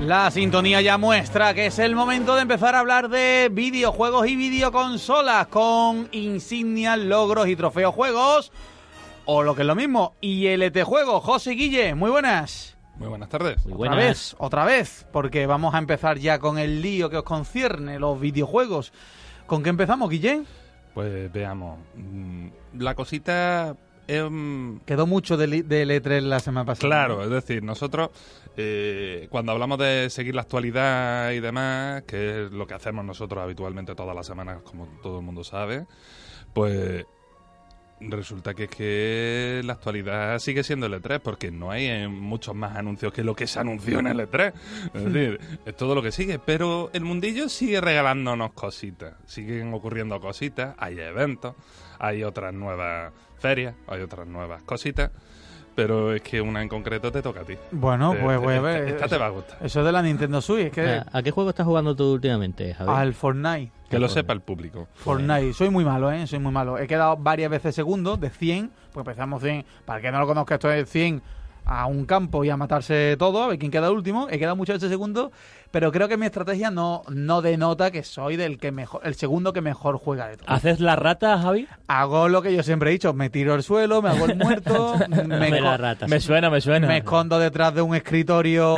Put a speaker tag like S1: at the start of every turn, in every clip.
S1: La sintonía ya muestra que es el momento de empezar a hablar de videojuegos y videoconsolas con insignias, logros y trofeos juegos. O lo que es lo mismo, ILT Juegos. José Guille, muy buenas.
S2: Muy buenas tardes.
S3: Muy
S1: Otra vez, otra vez, porque vamos a empezar ya con el lío que os concierne, los videojuegos. ¿Con qué empezamos, Guille?
S2: Pues veamos. Mm, La cosita es. mm,
S1: Quedó mucho de, li- de E3 la semana pasada.
S2: Claro, es decir, nosotros eh, cuando hablamos de seguir la actualidad y demás, que es lo que hacemos nosotros habitualmente todas las semanas, como todo el mundo sabe, pues resulta que es que la actualidad sigue siendo el E3, porque no hay eh, muchos más anuncios que lo que se anunció en el E3. Es decir, es todo lo que sigue, pero el mundillo sigue regalándonos cositas, siguen ocurriendo cositas, hay eventos, hay otras nuevas ferias, hay otras nuevas cositas. Pero es que una en concreto te toca a ti.
S1: Bueno,
S2: Te-
S1: pues,
S2: te-
S1: pues,
S2: esta,
S1: eh,
S2: esta este- te va a gustar.
S1: Eso es de la Nintendo Switch, es que
S3: ¿A, Ah, a qué juego estás jugando tú últimamente, Javier?
S1: al Fortnite.
S2: Que lo sepa el público.
S1: Fortnite, Pues soy muy malo, ¿eh? Soy muy malo. He quedado varias veces segundo, de 100, pues empezamos 100. Para el que no lo conozca, esto es 100 a un campo y a matarse todo, a ver quién queda último. He quedado muchas veces segundo, pero creo que mi estrategia no, no denota que soy del que mejor, el segundo que mejor juega de todos.
S4: ¿Haces la rata, Javi?
S1: Hago lo que yo siempre he dicho, me tiro al suelo, me hago el muerto, me,
S3: Dame la
S1: co-
S3: rata.
S4: Me
S3: sí.
S4: suena, me suena.
S1: me escondo detrás de un escritorio,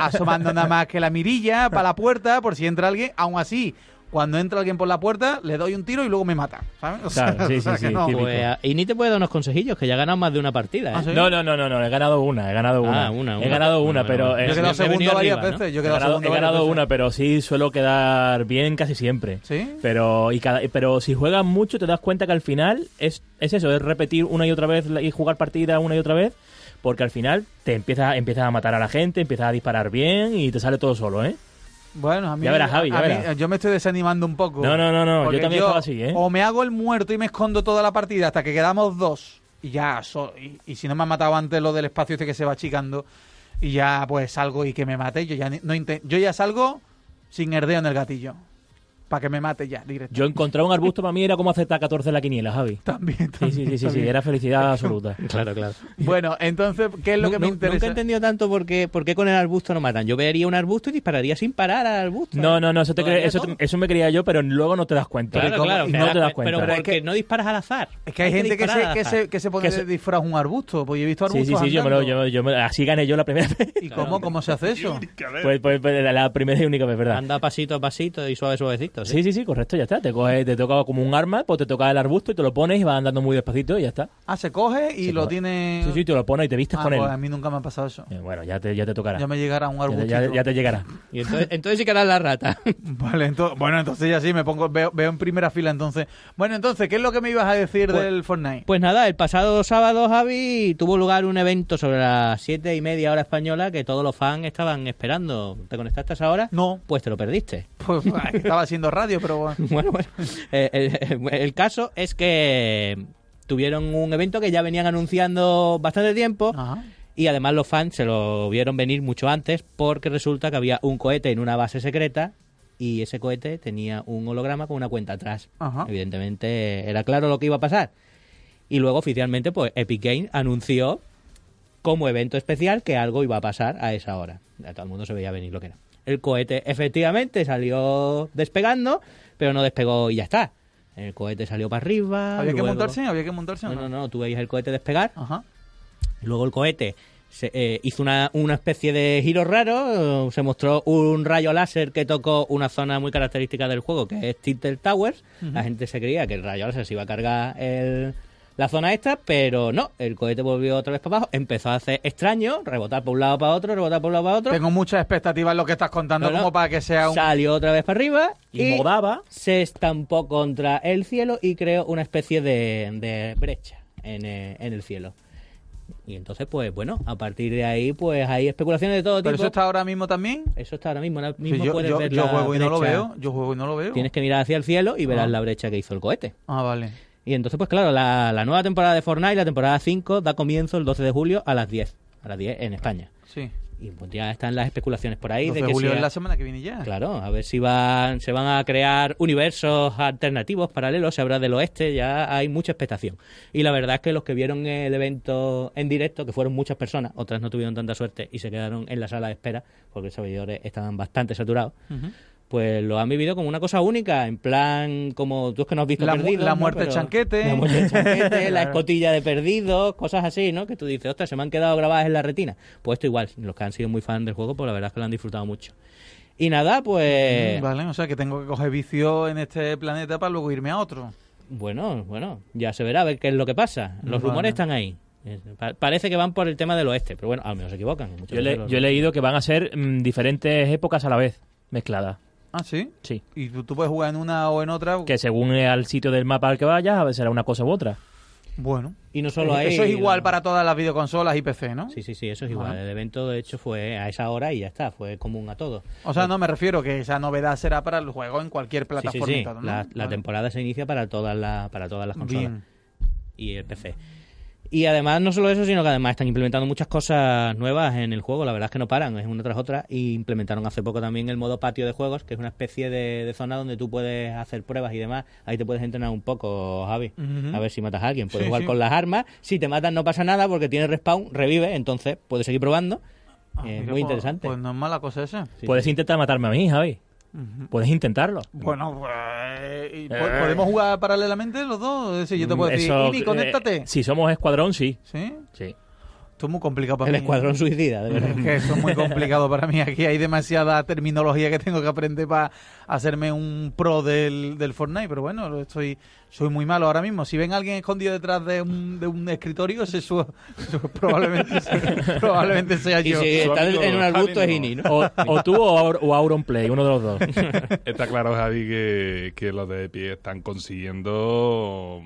S1: asomando nada más que la mirilla para la puerta, por si entra alguien. Aún así, cuando entra alguien por la puerta, le doy un tiro y luego me mata. ¿sabes? O sea,
S4: Claro, sí,
S1: o sea
S4: sí,
S1: que
S4: sí,
S1: no.
S4: típico.
S3: Pues, a- y ni te puede dar unos consejillos, que ya ganas más de una partida. ¿eh?
S1: Ah, sí.
S4: No, no, no, no, no, he ganado una, he ganado una.
S3: Ah, una,
S4: He
S3: una.
S4: ganado
S3: Bueno,
S4: una,
S3: bueno,
S4: pero...
S3: bueno.
S4: eh,
S1: Yo he quedado
S4: me- me he
S1: segundo
S4: venido
S1: varias
S4: arriba, ¿no?
S1: veces, yo he
S4: he
S1: quedado
S4: ganado,
S1: segundo pues
S4: he
S1: varias
S4: ganado
S1: veces.
S4: una, pero sí suelo quedar bien casi siempre.
S1: ¿Sí?
S4: Pero, y cada, pero si juegas mucho te das cuenta que al final es, es eso, es repetir una y otra vez la- y jugar partida una y otra vez, porque al final te empiezas, empiezas a matar a la gente, empiezas a disparar bien y te sale todo solo, ¿eh?
S1: Bueno, a mí,
S4: Ya verás, Javi, ya
S1: a mí-
S4: verás.
S1: yo me estoy desanimando un poco.
S4: No, no, no, no, yo
S1: Porque
S4: también estaba así, ¿eh?
S1: O me hago el muerto y me escondo toda la partida hasta que quedamos dos y ya, so- y, y si no me ha matado antes lo del espacio este que se va achicando y ya pues salgo y que me mate, yo ya ni- no inte- yo ya salgo sin herdeo en el gatillo para que me mate ya directo.
S4: Yo encontrar un arbusto para mí era como aceptar 14 en la quiniela, Javi.
S1: también,
S4: Sí,
S1: también,
S4: sí, sí, sí, sí,
S1: también.
S4: era felicidad absoluta.
S3: Claro, claro.
S1: Bueno, entonces, ¿qué es lo que me
S3: Nu- nu- Nunca he
S1: interesa?
S3: entendido tanto por qué, por qué con el arbusto no matan. Yo vería un arbusto y dispararía sin parar al arbusto.
S4: No, no, no, eso, te
S3: Todavía
S4: cre- eso, te-
S3: no.
S4: eso me creía yo, pero luego no te das cuenta.
S3: Claro, claro,
S4: no te das
S3: Pero,
S4: cuenta.
S3: porque
S1: es que-
S3: no disparas al azar.
S1: es que hay gente que se,
S3: disparar al
S1: que,
S3: azar.
S1: se, que se pone
S4: Que se-
S1: de disfraz un arbusto, pues yo he visto
S4: sí,
S1: arbustos
S4: sí, sí, yo me lo,
S1: andando.
S4: yo, yo me- así gané yo la primera vez.
S1: ¿Y cómo, cómo se hace eso?
S4: pues, pues, pues, la- la primera y única vez, ¿verdad?
S3: Anda pasito a pasito y suave, suavecito. ¿sí?
S4: Sí, sí, sí, correcto, ya está. Te coge, te toca como un arma, pues te toca el arbusto y te lo pones y vas andando muy despacito y ya está.
S1: Ah, se coge y
S4: Se
S1: lo
S4: coge.
S1: tiene...
S4: Sí, sí, te lo pones y te vistes
S1: Ah,
S4: con él.
S1: pues a mí nunca me ha pasado eso.
S4: Eh, Bueno, ya te, ya te tocará.
S1: Ya me llegará un
S4: Ya
S1: arbustito.
S4: te- ya- ya te llegará.
S3: Y entonces, entonces sí que harás la rata.
S1: Vale, entonces, bueno, entonces ya sí, me pongo, veo, veo en primera fila entonces. Bueno, entonces, ¿qué es lo que me ibas a decir
S3: Pues-
S1: del Fortnite?
S3: Pues nada, el pasado sábado, Javi, tuvo lugar un evento sobre las siete y media hora española que todos los fans estaban esperando. ¿Te conectaste a esa hora?
S1: No,
S3: Pues te lo perdiste.
S1: pues ah, que estaba haciendo radio, pero bueno.
S3: Bueno, bueno. Eh, el, el caso es que tuvieron un evento que ya venían anunciando bastante tiempo
S1: Ajá.
S3: y además los fans se lo vieron venir mucho antes porque resulta que había un cohete en una base secreta y ese cohete tenía un holograma con una cuenta atrás.
S1: Ajá.
S3: Evidentemente era claro lo que iba a pasar. Y luego oficialmente pues Epic Games anunció como evento especial que algo iba a pasar a esa hora. Ya todo el mundo se veía venir lo que era. El cohete efectivamente salió despegando, pero no despegó y ya está. El cohete salió para arriba.
S1: ¿Había que
S3: luego-
S1: montarse? ¿Había que montarse? o
S3: No,
S1: no?
S3: no, no, tú veías el cohete despegar.
S1: Ajá.
S3: Luego el cohete se, eh, hizo una, una especie de giro raro. eh, Se mostró un rayo láser que tocó una zona muy característica del juego, que es Tilted Towers. La gente se creía que el rayo láser se iba a cargar el- la zona esta, pero no. El cohete volvió otra vez para abajo. Empezó a hacer extraño, rebotar por un lado para otro, rebotar por un lado para otro.
S1: Tengo muchas expectativas en lo que estás contando,
S3: No, no.
S1: como para que sea un.
S3: Salió otra vez para arriba
S4: Y, modaba.
S3: se estampó contra el cielo y creó una especie de, de brecha en, eh, en el cielo. Y entonces, pues bueno, a partir de ahí, pues hay especulaciones de todo
S1: Pero
S3: tipo.
S1: eso está ahora mismo también.
S3: Eso está ahora mismo. Ahora
S1: Sí,
S3: mismo
S1: yo,
S3: puedes
S1: yo-
S3: ver
S1: yo
S3: la
S1: juego y no lo
S3: brecha.
S1: veo. Yo juego y no lo veo.
S3: Tienes que mirar hacia el cielo y verás
S1: Ah.
S3: la brecha que hizo el cohete.
S1: Ah, vale.
S3: Y entonces, pues claro, la, la nueva temporada de Fortnite, la temporada 5, da comienzo el 12 de julio a las 10. a las 10 en España.
S1: Sí.
S3: Y pues ya están las especulaciones por ahí
S1: 12
S3: de que
S1: de julio
S3: si-
S1: es la semana que viene ya.
S3: Claro, a ver si van, se van a crear universos alternativos, paralelos, se habrá del oeste, ya hay mucha expectación. Y la verdad es que los que vieron el evento en directo, que fueron muchas personas, otras no tuvieron tanta suerte y se quedaron en la sala de espera, porque los servidores estaban bastante saturados,
S1: Ujú.
S3: pues lo han vivido como una cosa única, en plan, como tú es que no has visto
S1: La mu-
S3: perdidos,
S1: la
S3: ¿no?
S1: muerte de
S3: Pero-
S1: Chanquete.
S3: La muerte de Chanquete, la
S1: Claro.
S3: escotilla de perdidos, cosas así, ¿no? Que tú dices, ostras, se me han quedado grabadas en la retina. Pues esto igual, los que han sido muy fan del juego, pues la verdad es que lo han disfrutado mucho. Y nada, pues...
S1: Mm, Vale, o sea que tengo que coger vicio en este planeta para luego irme a otro.
S3: Bueno, bueno, ya se verá a ver qué es lo que pasa. Los
S1: Vale.
S3: rumores están ahí. Eh, pa- Parece que van por el tema del oeste, pero bueno, a lo mejor se equivocan. Muchas
S4: Yo,
S3: veces
S4: le-
S3: los-
S4: yo he leído que van a ser mm, diferentes épocas a la vez, mezcladas.
S1: Ah, sí.
S4: Sí.
S1: Y tú, tú puedes jugar en una o en otra.
S4: Que según al sitio del mapa al que vayas, a ver, será una cosa u otra.
S1: Bueno. eh,
S3: Y no solo ahí.
S1: Eso es igual
S3: la-
S1: para todas las videoconsolas y PC, ¿no?
S3: Sí, sí, sí, eso es igual.
S1: Ajá.
S3: El evento, de hecho, fue a esa hora y ya está, fue común a todos.
S1: O sea, no me refiero que esa novedad será para el juego en cualquier
S3: Sí, sí,
S1: plataforma.
S3: sí.
S1: y todo, ¿no?
S3: La, la
S1: Vale.
S3: temporada Eh, se inicia para todas, las para todas las consolas.
S1: Bien.
S3: y el PC. Y además, no solo eso, sino que además están implementando muchas cosas nuevas en el juego. La verdad es que no paran, es una tras otra. Y implementaron hace poco también el modo patio de juegos, que es una especie de, de zona donde tú puedes hacer pruebas y demás. Ahí te puedes entrenar un poco, Javi.
S1: Ujú.
S3: A ver si matas a alguien. Puedes
S1: Sí,
S3: jugar
S1: sí.
S3: con las armas. Si te matan, no pasa nada porque tienes respawn, revive. Entonces puedes seguir probando.
S1: Ah,
S3: Eh,
S1: mira,
S3: muy
S1: pues-
S3: interesante.
S1: Pues no es mala cosa esa.
S3: Sí,
S4: Puedes
S3: sí.
S4: intentar matarme a mí, Javi.
S1: Ujú.
S4: Puedes intentarlo.
S3: Mm.
S1: Bueno, pues, ¿y po- ¿podemos jugar paralelamente los dos? Es decir, yo te puedo
S4: Mm,
S1: decir,
S4: eso,
S1: Ini,
S4: eh,
S1: conéctate.
S4: si somos escuadrón, sí.
S1: ¿Sí?
S4: Sí.
S1: Esto es muy complicado para
S3: El
S1: mí.
S3: escuadrón suicida, de verdad.
S1: Es que eso es muy complicado para mí. Aquí hay demasiada terminología que tengo que aprender para hacerme un pro del, del Fortnite. Pero bueno, lo estoy, soy muy malo ahora mismo. Si ven a alguien escondido detrás de un, de un escritorio, se su- su- probablemente, se- probablemente sea
S3: Y
S1: yo.
S3: si estás
S2: amigo
S3: en un arbusto es
S2: Javi no.
S3: Ini, ¿no?
S4: O, o tú o, Aur- o Auronplay, uno de los dos.
S2: Está claro, Javi, que, que los de Epic están consiguiendo.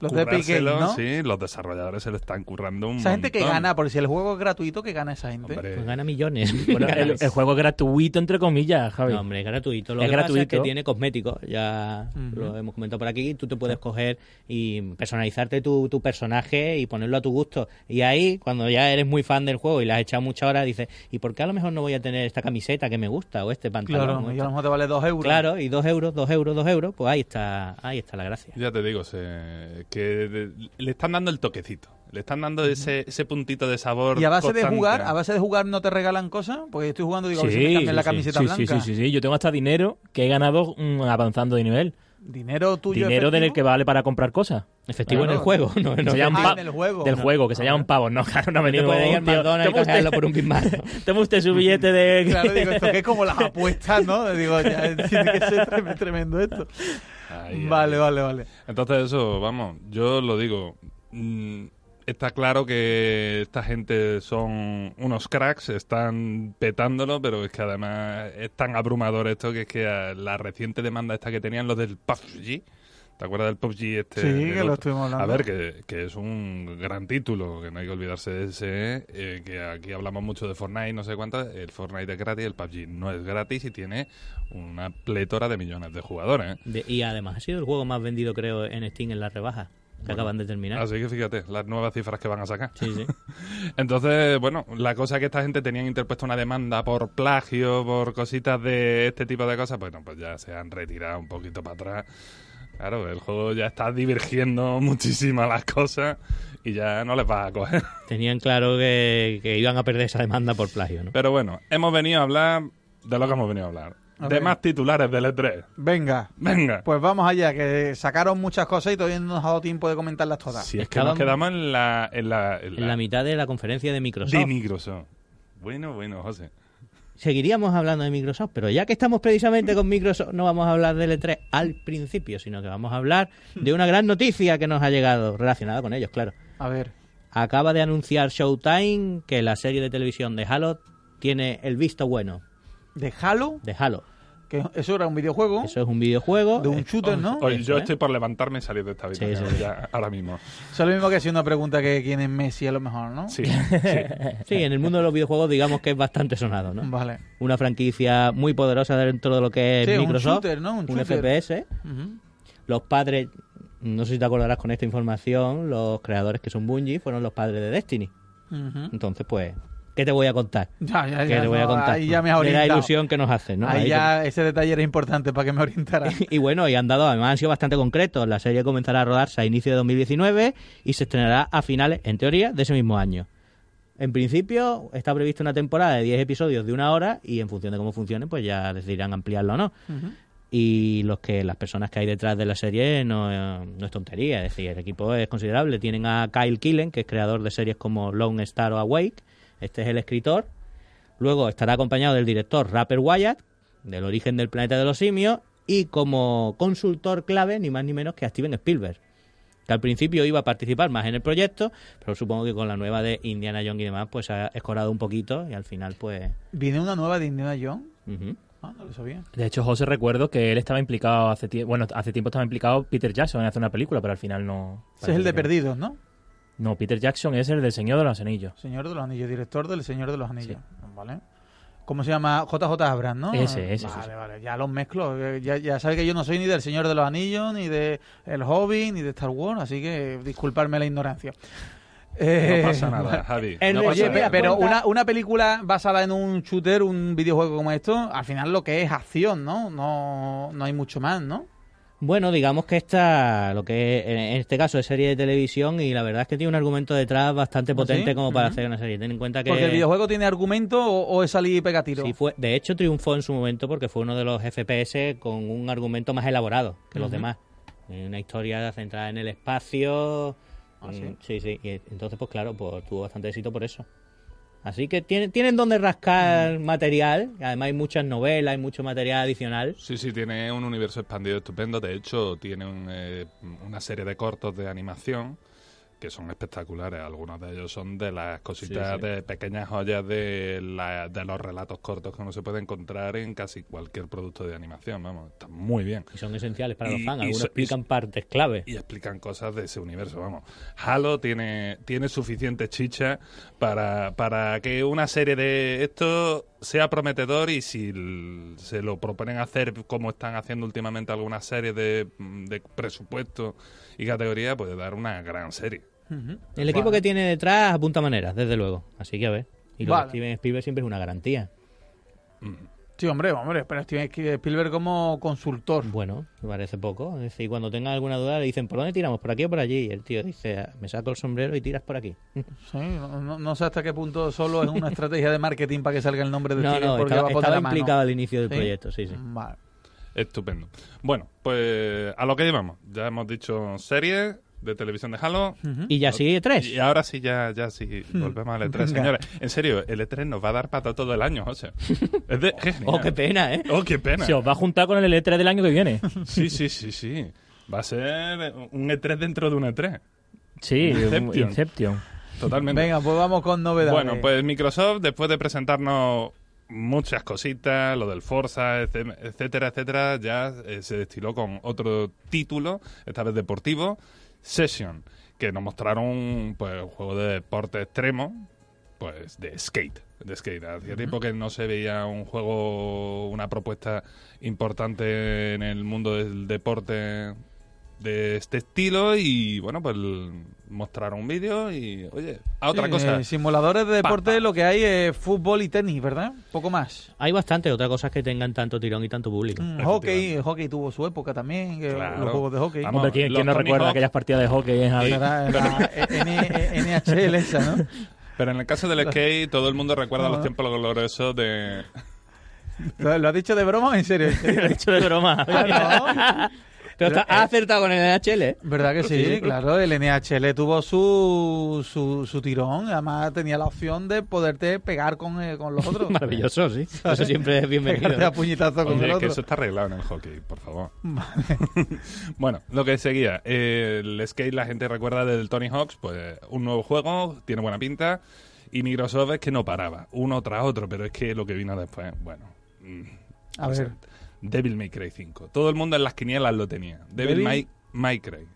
S1: Los de Epic Games,
S2: currárselo,
S1: ¿no?
S2: Sí, los desarrolladores se le están currando un
S1: Esa gente que
S4: Mm.
S2: montón.
S1: gana, ¿eh? porque si el juego es gratuito, que gana esa gente.
S2: Hombre,
S3: Pues gana millones.
S4: Bueno,
S3: Gana
S4: el, el juego es gratuito, entre comillas, Javi.
S3: No, hombre, es gratuito. Lo
S4: Es
S3: que pasa es que
S4: gratuito.
S3: tiene cosméticos, ya
S1: Ujú.
S3: lo hemos comentado por aquí. Tú te puedes coger y personalizarte tu, tu personaje y ponerlo a tu gusto. Y ahí, cuando ya eres muy fan del juego y le has echado muchas horas, dices, ¿y por qué a lo mejor no voy a tener esta camiseta que me gusta o este pantalón?
S1: Claro,
S3: o
S1: y
S3: esta-".
S1: a lo mejor te vale dos euros.
S3: Claro, y dos euros, dos euros, dos euros, pues ahí está, ahí está la gracia.
S2: Ya te digo, se- que de- le están dando el toquecito. Le están dando ese, ese puntito de sabor.
S1: Y a base de
S2: constante.
S1: jugar, a base de jugar no te regalan cosas, porque yo estoy jugando y digo, a ver si me cambian la camiseta
S4: sí,
S1: blanca.
S4: sí, sí, sí, sí. Yo tengo hasta dinero que he ganado mm, avanzando de nivel.
S1: Dinero tuyo.
S4: dinero del
S1: efectivo?
S4: que vale para comprar cosas.
S3: Efectivo
S1: Claro.
S3: en el juego, no, no
S4: Se llama-
S1: Ah,
S4: va-
S1: en el juego.
S4: Del
S1: No.
S4: juego, que se
S1: Ah,
S4: llaman pavos. No, claro, no me
S3: te puedes ir al McDonald's y
S4: este,
S3: canjearlo por un Big Mac.
S4: Toma usted su este billete de...
S1: Claro, digo, esto que es como las apuestas, ¿no? Digo, ya tiene que ser trem- tremendo esto.
S2: Ahí, ahí.
S1: Vale, vale, vale.
S2: Entonces eso, vamos, yo lo digo. mm, Está claro que esta gente son unos cracks, están petándolo, pero es que además es tan abrumador esto que es que a la reciente demanda esta que tenían los del PUBG, ¿te acuerdas del PUBG este?
S1: Sí,
S2: del
S1: que lo
S2: otro?
S1: estuvimos hablando.
S2: A ver, que, que es un gran título, que no hay que olvidarse de ese, eh, que aquí hablamos mucho de Fortnite, no sé cuántas, el Fortnite es gratis, el PUBG no es gratis y tiene una plétora de millones de jugadores. ¿eh?
S3: De- y además ha sido el juego más vendido, creo, en Steam en las rebajas que acaban de terminar.
S1: Ah.
S2: Así que fíjate, las nuevas cifras que van a sacar.
S3: Sí, sí.
S2: Entonces, bueno, la cosa es que esta gente tenían interpuesta una demanda por plagio, por cositas de este tipo de cosas, bueno, pues ya se han retirado un poquito para atrás. Claro, el juego ya está divergiendo muchísimas las cosas y ya no les va a coger.
S3: Tenían claro que, que iban a perder esa demanda por plagio, ¿no?
S2: Pero bueno, hemos venido a hablar de lo que hemos venido a hablar.
S1: A
S2: de
S1: ver.
S2: más titulares del E3.
S1: Venga,
S2: Venga.
S1: pues vamos allá, que sacaron muchas cosas y todavía no nos ha dado tiempo de comentarlas todas.
S2: si es que nos
S3: Estábamos-
S2: quedamos en la... En la, en
S3: En
S2: la
S3: la mitad de la conferencia de Microsoft.
S2: de Microsoft. Bueno, bueno, José.
S3: Seguiríamos hablando de Microsoft, pero ya que estamos precisamente con Microsoft, no vamos a hablar del E3 al principio, sino que vamos a hablar de una gran noticia que nos ha llegado relacionada con ellos, claro.
S1: A ver,
S3: Acaba de anunciar Showtime que la serie de televisión de Halo tiene el visto bueno
S1: de Halo,
S3: de Halo.
S1: que eso era un videojuego
S3: Eso es un videojuego.
S1: de un shooter, ¿no?
S2: Oye, yo
S3: Eso, ¿eh?
S2: estoy por levantarme y salir de esta
S3: Sí,
S2: habitación
S3: sí, sí.
S2: ya, ahora mismo.
S1: Eso es lo mismo que si una pregunta que quién es Messi a lo mejor, ¿no?
S2: Sí, sí.
S3: Sí, en el mundo de los videojuegos digamos que es bastante sonado, ¿no?
S1: Vale.
S3: Una franquicia muy poderosa dentro de lo que es
S1: Mm. Sí, un
S3: Microsoft.
S1: shooter, ¿no? Un
S3: un
S1: shooter.
S3: FPS.
S1: Ujú.
S3: los padres, no sé si te acordarás con esta información, los creadores que son Bungie fueron los padres de Destiny.
S1: Ujú. Ujú.
S3: Entonces, pues, ¿qué te voy a contar?
S1: Ya, ya,
S3: ¿Qué
S1: ya,
S3: te voy a
S1: no,
S3: contar?
S1: Ahí ya me has
S3: De la
S1: orientado.
S3: ilusión que nos hace, ¿no?
S1: ahí,
S3: Ahí
S1: ya ese detalle era importante para que me orientara.
S3: te- Y bueno, y han dado, además han sido bastante concretos. La serie comenzará a rodarse a inicio de 2019 y se estrenará a finales, en teoría, de ese mismo año. En principio está prevista una temporada de 10 episodios de una hora y en función de cómo funcione, pues ya decidirán ampliarlo o no.
S1: Ujú.
S3: y los que las personas que hay detrás de la serie no, eh, no es tontería, es decir, el equipo es considerable. Tienen a Kyle Killen, que es creador de series como Lone Star o Awake, este es el escritor. Luego estará acompañado del director Rapper Wyatt, del origen del planeta de los simios, y como consultor clave, ni más ni menos que a Steven Spielberg, que al principio iba a participar más en el proyecto, pero supongo que con la nueva de Indiana Jones y demás, pues ha escorado un poquito y al final, pues...
S1: Viene una nueva de Indiana Jones.
S3: ujú.
S1: Ah, no lo sabía.
S4: De hecho, José recuerdo que él estaba implicado hace tiempo. Bueno, hace tiempo estaba implicado Peter Jackson en hacer una película, pero al final no.
S1: Ese es el de
S4: parece que-
S1: Perdidos, ¿no?
S4: No, Peter Jackson es el del Señor de los Anillos.
S1: Señor de los Anillos, director del Señor de los Anillos. Vale. ¿Cómo se llama? JJ Abrams, ¿no?
S4: Ese, ese,
S1: Vale,
S4: sí, sí.
S1: vale. Ya los mezclo. Eh, Ya, ya sabes que yo no soy ni del Señor de los Anillos, ni de El Hobbit, ni de Star Wars, así que disculparme la ignorancia. Eh,
S2: No pasa nada, Javi.
S3: En
S2: No
S3: resumen,
S2: pasa
S1: Oye, pe-
S2: nada.
S1: pero
S3: cuenta-
S1: una, una película basada en un shooter, un videojuego como esto, al final lo que es acción, ¿no? No, no hay mucho más, ¿no?
S3: Bueno, digamos que esta, lo que es- en este caso es serie de televisión y la verdad es que tiene un argumento detrás bastante
S1: ¿Ah,
S3: potente
S1: sí?
S3: como para
S1: Ujú.
S3: hacer una serie. Ten en cuenta que
S1: Porque el videojuego tiene argumento o, o es salir y pegar tiros.
S3: sí fue, de hecho triunfó en su momento porque fue uno de los FPS con un argumento más elaborado que los
S1: Ujú.
S3: demás. Eh, Una historia centrada en el espacio.
S1: Ah,
S3: Mm,
S1: sí.
S3: sí, sí. Y entonces, pues claro, pues, tuvo bastante éxito por eso. Así que tienen, tienen donde rascar
S1: Mm.
S3: material. Además hay muchas novelas, hay mucho material adicional.
S2: Sí, sí, tiene un universo expandido estupendo. De hecho, tiene un, eh, una serie de cortos de animación que son espectaculares. Algunos de ellos son de las cositas,
S3: Sí, sí.
S2: de pequeñas joyas de, la- de los relatos cortos que uno se puede encontrar en casi cualquier producto de animación. Vamos, está muy bien.
S3: Y son esenciales para los
S2: Y-
S3: fans.
S2: y
S3: Algunos
S2: so- y
S3: explican partes clave.
S2: y explican cosas de ese universo, vamos. Halo tiene, tiene suficiente chicha para, para que una serie de esto sea prometedor y si l- se lo proponen hacer como están haciendo últimamente algunas series de, de presupuesto y categoría, puede dar una gran serie.
S1: Ujú.
S3: El equipo
S1: Vale.
S3: que tiene detrás apunta maneras, desde luego. Así que a ver. Y lo
S1: Vale.
S3: de Steven Spielberg siempre es una garantía.
S2: Mm.
S1: Sí, hombre, hombre, pero Steven Spielberg como consultor.
S3: Bueno, me parece poco. Es decir, cuando tengan alguna duda le dicen, ¿por dónde tiramos? ¿Por aquí o por allí? Y el tío dice, "Ah, me saco el sombrero y tiras por aquí.
S1: Sí, no, no- no sé hasta qué punto solo es una estrategia de marketing para que salga el nombre de
S3: No,
S1: Steven
S3: no,
S1: porque
S3: estaba,
S1: va a poner
S3: estaba
S1: la mano.
S3: implicado al inicio del
S1: ¿Sí? Mm.
S3: proyecto, sí, sí.
S1: Vale.
S2: Estupendo. Bueno, pues a lo que llevamos. Ya hemos dicho series de televisión de Halo.
S1: Ujú.
S3: Y ya sigue tres. Hmm.
S2: Y ahora sí, ya, ya sí, volvemos al E3,
S1: Venga.
S2: señores. En serio, el E3 nos va a dar para todo el año, José. Es de, qué
S3: Oh,
S2: genial.
S3: qué pena, ¿eh?
S2: Oh, qué pena.
S4: Se os va a juntar con el E3 del año que viene.
S2: Sí, sí, sí, sí. Va a ser un E3 dentro de un E E3.
S4: Sí,
S2: Inception.
S4: Inception.
S2: Totalmente.
S1: Venga, pues vamos con novedades.
S2: bueno, pues Microsoft, después de presentarnos muchas cositas, lo del Forza, etc- etcétera, etcétera, ya eh, se destiló con otro título, esta vez deportivo, Session, que nos mostraron pues, un juego de deporte extremo, pues de skate. De skate. Hacía tiempo que no se veía un juego, una propuesta importante en el mundo del deporte de este estilo y bueno, pues mostraron un vídeo y oye, a otra
S1: Sí,
S2: cosa.
S1: eh, simuladores de
S2: Pa,
S1: deporte,
S2: pa.
S1: lo que hay es fútbol y tenis, ¿verdad? Poco más.
S3: Hay bastante otras cosas que tengan tanto tirón y tanto público.
S1: Mm, hockey, el hockey tuvo su época también, que
S2: Claro.
S1: los juegos de hockey.
S2: Vamos.
S4: Hombre, ¿quién,
S2: Los
S4: quién no
S2: Tony
S4: recuerda
S2: Hawk.
S4: aquellas partidas de hockey en Javi?
S1: Era la N- NHL esa, ¿no?
S2: Pero en el caso del skate, todo el mundo recuerda
S1: Ajá.
S2: los tiempos gloriosos de.
S1: ¿Lo lo has dicho de broma o en serio? Ah,
S4: Lo he dicho de broma.
S1: Claro.
S3: Pero está, ha acertado con el NHL. ¿eh?
S1: ¿Verdad que sí? Claro, el NHL tuvo su, su, su tirón, además tenía la opción de poderte pegar con, eh, con los otros.
S3: Maravilloso, sí. Eso siempre es bienvenido.
S1: Pegarte a puñetazo con
S2: Oye,
S1: el
S2: que
S1: otro.
S2: eso está arreglado en el hockey, por favor. bueno, lo que seguía. eh, el skate la gente recuerda del Tony Hawks, pues un nuevo juego, tiene buena pinta. Y Microsoft es que no paraba, uno tras otro, pero es que lo que vino después, bueno. mm,
S1: A
S2: o sea,
S1: ver.
S2: Devil May Cry 5. Todo el mundo en las quinielas lo tenía. Devil,
S1: Devil-
S2: May, May Cry.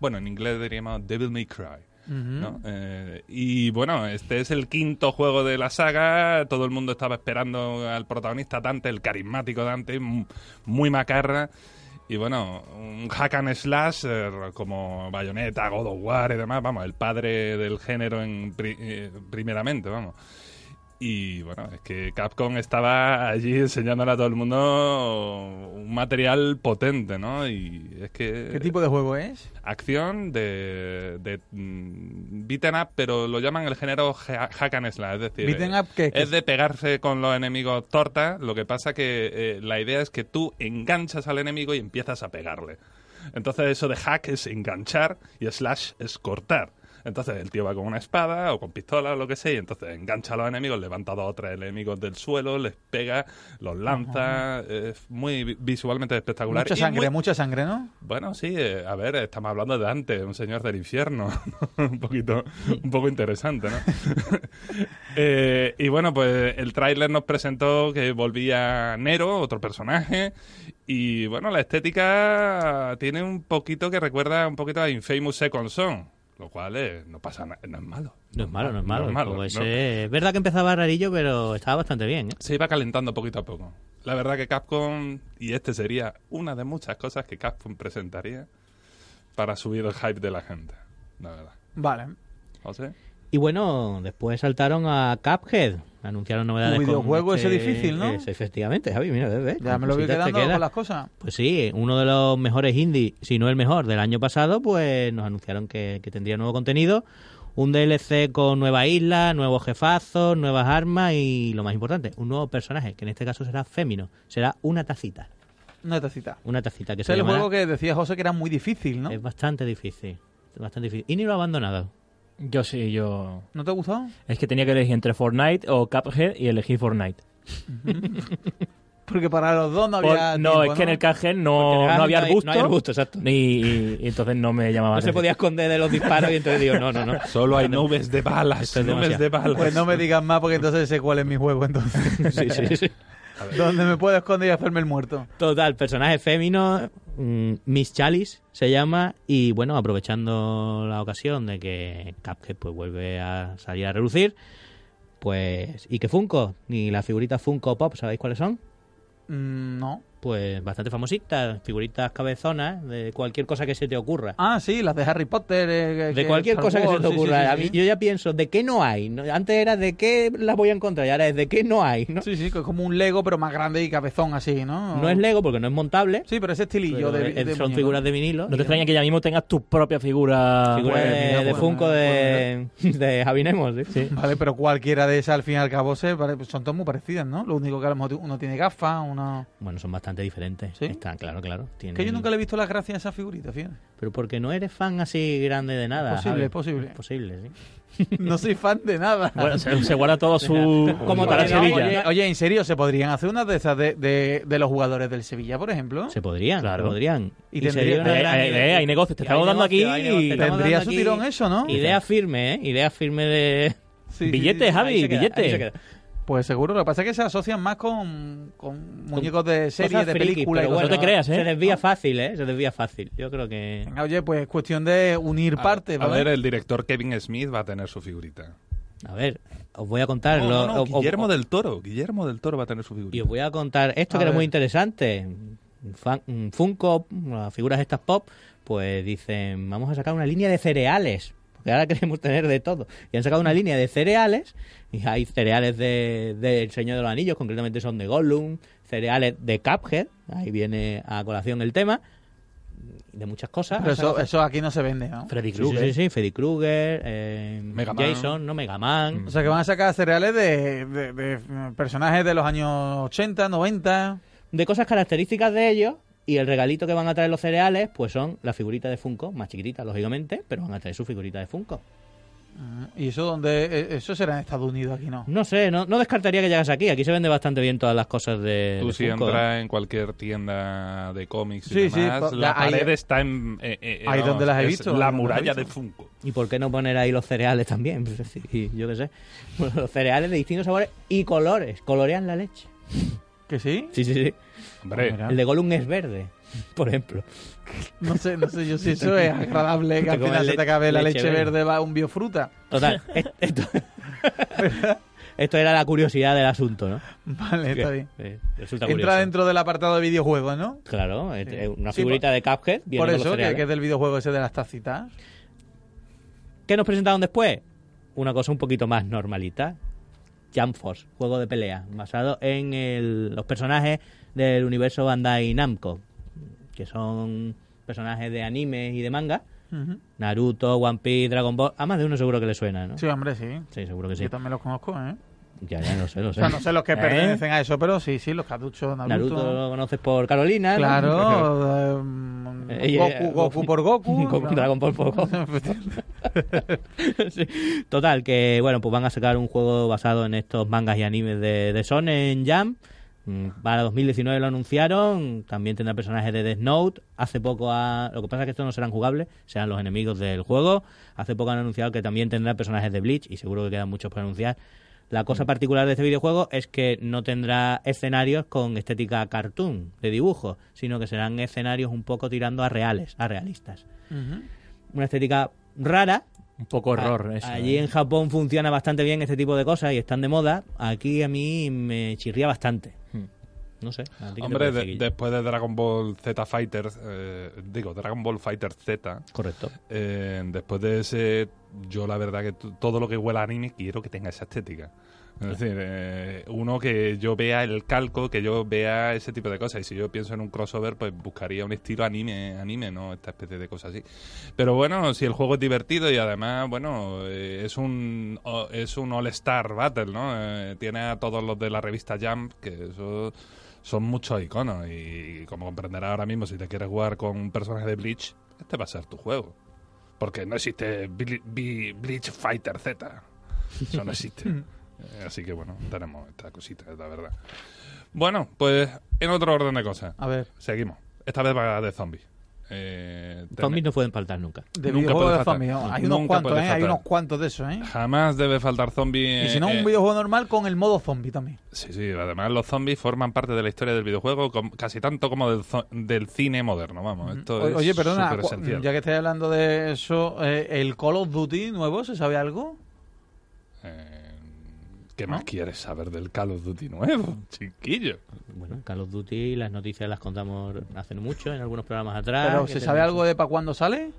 S2: Bueno, en inglés diríamos Devil May Cry.
S1: Ujú.
S2: ¿no? Eh, y bueno, este es el quinto juego de la saga. Todo el mundo estaba esperando al protagonista Dante, el carismático Dante, mu- muy macarra. Y bueno, un hack and slash eh, como Bayonetta, God of War y demás, vamos, el padre del género en pri- eh, primeramente, vamos. Y bueno, es que Capcom estaba allí enseñándole a todo el mundo un material potente, ¿no? Y es que...
S1: ¿Qué tipo de juego es?
S2: Acción de, de mm, beaten up, pero lo llaman el género ja- hack and slash, es decir...
S1: Beaten
S2: eh,
S1: up que, que-
S2: es de pegarse con los enemigos tortas. Lo que pasa que eh, la idea es que tú enganchas al enemigo y empiezas a pegarle. Entonces eso de hack es enganchar y slash es cortar. Entonces el tío va con una espada o con pistola o lo que sea y entonces engancha a los enemigos, levanta dos o tres enemigos del suelo, les pega, los lanza. Es muy vi- visualmente espectacular.
S1: mucha
S2: y
S1: sangre,
S2: muy-
S1: mucha sangre, ¿no?
S2: bueno, sí, eh, a ver, estamos hablando de antes, un señor del infierno, un poquito, un poco interesante, ¿no? Eh, y bueno, pues el tráiler nos presentó que volvía Nero, otro personaje, y bueno, la estética tiene un poquito que recuerda un poquito a Infamous Second Son, lo cual eh, no pasa nada, no es malo.
S3: No es malo, no es malo.
S2: No es malo,
S3: Pues,
S2: no.
S3: eh, Es verdad que empezaba rarillo, pero estaba bastante bien. ¿eh?
S2: Se iba calentando poquito a poco. La verdad que Capcom, y este sería una de muchas cosas que Capcom presentaría para subir el hype de la gente, la verdad.
S1: Vale.
S2: José.
S3: Y bueno, después saltaron a Cuphead. Anunciaron novedades.
S1: Un
S3: con
S1: videojuego ese difícil, ¿no?
S3: Ese, efectivamente, Javi, mira, ves, ves,
S1: Ya
S3: con
S1: me lo voy
S3: cositas Pues te
S1: quedando
S3: quedas.
S1: con las cosas.
S3: Pues sí, uno de los mejores indie, si no el mejor, del año pasado, pues nos anunciaron que, que tendría nuevo contenido. Un DLC con nueva isla, nuevos jefazos, nuevas armas y lo más importante, un nuevo personaje, que en este caso será fémino, será una tacita.
S1: Una tacita.
S3: Una tacita que
S1: Ese
S3: se Eh,
S1: es el
S3: llamará-
S1: juego que decía José que era muy difícil, ¿no?
S3: Es bastante difícil, bastante difícil. Y ni lo ha abandonado.
S4: Yo sí, yo.
S1: ¿No te ha gustado?
S4: Es que tenía que elegir entre Fortnite o Cuphead y elegí Fortnite.
S1: Porque para los dos no
S4: Por-
S1: había.
S4: no,
S1: tiempo,
S4: es que en el Cuphead no,
S3: Porque, ah,
S4: no había
S3: hay-
S4: arbusto.
S3: No hay arbusto, exacto.
S4: Y, y- y entonces no me llamaba.
S3: No se
S4: la
S3: podía esconder de los disparos y entonces digo, no, no, no.
S2: Solo hay nubes de balas,
S3: Esto es
S2: nubes
S3: demasiado.
S2: de balas.
S1: Pues no me digas más porque entonces sé cuál es mi juego, entonces.
S3: Sí, sí, sí.
S1: Donde me puedo esconder y hacerme el muerto.
S3: Total, personaje fémino, mm, Miss Chalice se llama, y bueno, aprovechando la ocasión de que Cuphead pues vuelve a salir a relucir, pues, y que Funko, ni las figuritas Funko Pop, ¿sabéis cuáles son?
S1: Mm, no.
S3: Pues bastante famositas, figuritas cabezonas, de cualquier cosa que se te ocurra.
S1: Ah, sí, las de Harry Potter. eh, que-
S3: De cualquier
S1: Star
S3: cosa que se
S1: Wars,
S3: te
S1: sí, sí,
S3: ocurra.
S1: sí,
S3: A mí-
S1: sí.
S3: yo ya pienso, ¿de qué no hay? No, Antes era de qué las voy a encontrar, y ahora es de qué no hay, ¿no?
S1: Sí, sí, que es como un Lego, pero más grande y cabezón así, ¿no?
S3: No es Lego porque no es montable,
S1: Sí, pero ese
S3: pero
S1: estilillo de,
S3: es-
S1: de
S3: son
S1: muñeco.
S3: figuras de vinilo.
S4: tele. No te extraña que ya mismo tengas tu propia figura.
S3: Figura
S1: bueno,
S3: de,
S1: mira,
S3: de
S1: bueno,
S3: Funko de, de Javi Nemo, sí.
S1: Vale, pero cualquiera de esas al fin y al cabo se pare- son todas muy parecidas, ¿no? Lo único que a lo mejor uno tiene gafas, uno...
S3: Bueno, son bastante diferentes.
S1: ¿Sí?
S3: Está, claro, claro. Tienen-
S1: Que yo nunca le he visto las gracias a esas figuritas, fíjate.
S3: Pero porque no eres fan así grande de nada.
S1: Es posible,
S3: Javi.
S1: es posible.
S3: Es posible, sí.
S1: No soy fan de nada.
S4: Bueno, se, se guarda todo su.
S3: Como
S4: para
S3: tal,
S1: Oye,
S4: Sevilla.
S1: Oye, oye, en serio, ¿se podrían hacer unas de esas de, de- de los jugadores del Sevilla, por ejemplo?
S3: Se podrían,
S4: Claro.
S3: se podrían.
S1: Y
S3: sería
S1: tendría-
S3: una
S4: Eh,
S3: gran
S4: eh,
S3: idea.
S4: eh, hay negocios, te
S3: Y
S4: estamos
S3: hay
S4: dando
S3: negocio,
S4: aquí-
S3: hay negocio, te estamos
S1: Tendría
S3: dando
S1: su
S3: aquí
S1: tirón eso, ¿no?
S3: Idea firme, ¿eh? Idea firme de...
S1: Sí, sí,
S4: billetes,
S1: sí.
S4: Javi,
S3: Ahí se queda,
S4: billete.
S3: ahí se queda.
S1: Pues seguro, lo que pasa es que se asocian más con, con muñecos de series,
S3: Cosas
S1: de
S3: frikis,
S1: películas. y
S3: pero
S1: cosas
S3: bueno,
S4: No te creas, ¿eh?
S3: Se desvía fácil, ¿eh? Se desvía fácil. Yo creo que...
S1: Venga, oye, pues cuestión de unir partes,
S2: A
S1: ¿vale?
S2: ver, el director Kevin Smith va a tener su figurita.
S3: A ver, os voy a contar...
S2: No,
S3: Ah,
S2: no,
S3: lo-
S2: no,
S3: os- os-
S2: Guillermo del Toro, Guillermo del Toro va a tener su
S3: Y os
S2: figurita.
S3: voy a contar esto
S1: A
S3: que era
S1: ver.
S3: muy interesante. Fan- mm, Funko, las figuras estas pop, pues dicen, vamos a sacar una línea de cereales. Porque ahora queremos tener de todo. Y han sacado una línea de cereales. Y hay cereales de, de El Señor de los Anillos, concretamente son de Gollum. Cereales de Cuphead. Ahí viene a colación el tema. y De muchas cosas.
S1: Pero
S3: Han
S1: eso,
S3: sacado-
S1: eso aquí no se vende, ¿no?
S4: Freddy
S3: Sí, sí,
S4: Krueger.
S3: sí, sí, Freddy Krueger, eh,
S2: Mega Man.
S3: Jason, no Mega Man.
S1: O sea que van a sacar cereales de, de- de personajes de los años ¿eh? 80, 90.
S3: de cosas características de ellos y el regalito que van a traer los cereales pues son las figuritas de Funko, más chiquititas lógicamente, pero van a traer su figurita de Funko.
S1: Mm, ¿Y eso donde eh, Eso será en Estados Unidos, aquí no.
S3: No sé, no, no descartaría que llegase aquí, aquí se vende bastante bien todas las cosas de,
S2: Tú
S3: de
S2: si
S3: Funko, ¿eh?
S2: entras en cualquier tienda de cómics
S1: Sí,
S2: y
S1: sí,
S2: demás,
S1: pa-
S2: la
S1: ahí-
S2: pared está en... eh, eh, eh,
S1: ahí
S2: vamos,
S1: donde las he
S2: es
S1: visto,
S2: La
S1: donde las he
S2: muralla
S1: visto.
S2: de Funko.
S3: ¿Y por qué no poner ahí los cereales también? Pues, sí, yo qué sé. Bueno, los cereales de distintos sabores y colores, colorean la leche.
S1: ¿Que sí?
S3: Sí, sí, sí.
S2: Hombre,
S1: Ah, Mira.
S3: El de Gollum es verde, por ejemplo.
S1: No sé, no sé yo si eso es agradable, que
S3: Te
S1: al
S3: comes
S1: final se te
S3: le-
S1: acabe la
S3: leche
S1: leche
S3: verde.
S1: verde, va un biofruta.
S3: Total, est- esto- Esto era la curiosidad del asunto, ¿no?
S1: Vale, está bien.
S3: Eh, resulta
S1: Entra
S3: curioso.
S1: dentro del apartado de videojuegos, ¿no?
S3: Claro, es- es una
S1: Sí,
S3: figurita de Cuphead. viene
S1: Por
S3: con los
S1: eso, que,
S3: cereales.
S1: que es del videojuego ese de las tacitas.
S3: ¿Qué nos presentaron después? Una cosa un poquito más normalita. Jump Force, juego de pelea, basado en el- los personajes del universo Bandai Namco, que son personajes de anime y de manga.
S1: Ujú.
S3: Naruto, One Piece, Dragon Ball. A más de uno seguro que le suena, ¿no?
S1: Sí, hombre, sí.
S3: Sí, seguro que sí.
S1: Yo también los conozco, ¿eh?
S3: Ya, ya, no sé, lo
S1: O
S3: sé.
S1: sea, no sé los que
S4: ¿Eh?
S1: pertenecen a eso, pero sí, sí, los caduchos, Naruto.
S3: Naruto lo conoces por Carolina. ¿no?
S1: Claro, eh,
S3: Eh, eh,
S1: Goku, Goku por Goku.
S3: Goku,
S1: ¿no?
S3: Dragon Ball por Goku. Sí. Total, que bueno, pues van a sacar un juego basado en estos mangas y animes de, de Sonen Jam. Mm, Para 2019 lo anunciaron. También tendrá personajes de Death Note. Hace poco, ha- lo que pasa es que estos no serán jugables, serán los enemigos del juego. Hace poco han anunciado que también tendrá personajes de Bleach y seguro que quedan muchos por anunciar. La cosa particular de este videojuego es que no tendrá escenarios con estética cartoon, de dibujo, sino que serán escenarios un poco tirando a reales, a realistas.
S1: Ujú.
S3: Una estética rara,
S4: Un poco horror
S3: a-
S4: eso.
S3: Ah, Allí
S4: eh.
S3: en Japón funciona bastante bien este tipo de cosas y están de moda. Aquí a mí me chirría bastante.
S4: Hmm.
S3: No sé. ¿a ti qué te
S2: Hombre,
S3: parece,
S2: de-
S3: Guille?
S2: después de Dragon Ball Z Fighter, eh, digo, Dragon Ball Fighter Z,
S3: Correcto.
S2: eh, después de ese, yo la verdad que t- todo lo que huela a anime quiero que tenga esa estética. Es decir, eh, uno que yo vea el calco, que yo vea ese tipo de cosas. Y si yo pienso en un crossover, pues buscaría un estilo anime, anime, no esta especie de cosas así. Pero bueno, si el juego es divertido y además, bueno, eh, es un o- es un All Star Battle, ¿no? Eh, tiene a todos los de la revista Jump, que eso son muchos iconos. Y como comprenderás ahora mismo, si te quieres jugar con un personaje de Bleach, este va a ser tu juego. Porque no existe Ble- Ble- Bleach Fighter Z. Eso no existe. Eh, Así que bueno, tenemos esta cosita, la verdad. Bueno, pues en otro orden de cosas.
S1: A ver,
S2: Seguimos. Esta vez va de zombies. Eh, ten-
S3: Zombies no pueden faltar nunca.
S1: de
S2: Nunca
S1: videojuegos
S2: puede
S1: de
S2: faltar.
S1: zombies. ¿no? Hay
S2: Nunca
S1: unos cuantos,
S2: puede
S1: ¿eh? Hay
S2: faltar.
S1: unos cuantos de esos, ¿eh?
S2: Jamás debe faltar zombie.
S1: Y si no,
S2: eh,
S1: un videojuego normal con el modo zombie también.
S2: Sí, sí, además los zombies forman parte de la historia del videojuego com- casi tanto como del, zo- del cine moderno, vamos. Esto
S1: O-
S2: es
S1: Oye, perdona,
S2: súper
S1: cu-
S2: esencial.
S1: ya que estáis hablando de eso, eh, ¿el Call of Duty nuevo se sabe algo?
S2: Eh, ¿Qué más quieres saber del Call of Duty nuevo, chiquillo?
S3: Bueno, Call of Duty, las noticias las contamos hace no mucho, en algunos programas atrás.
S1: ¿Pero
S3: Ah, que
S1: se
S3: tenemos-
S1: sabe algo de para cuándo sale?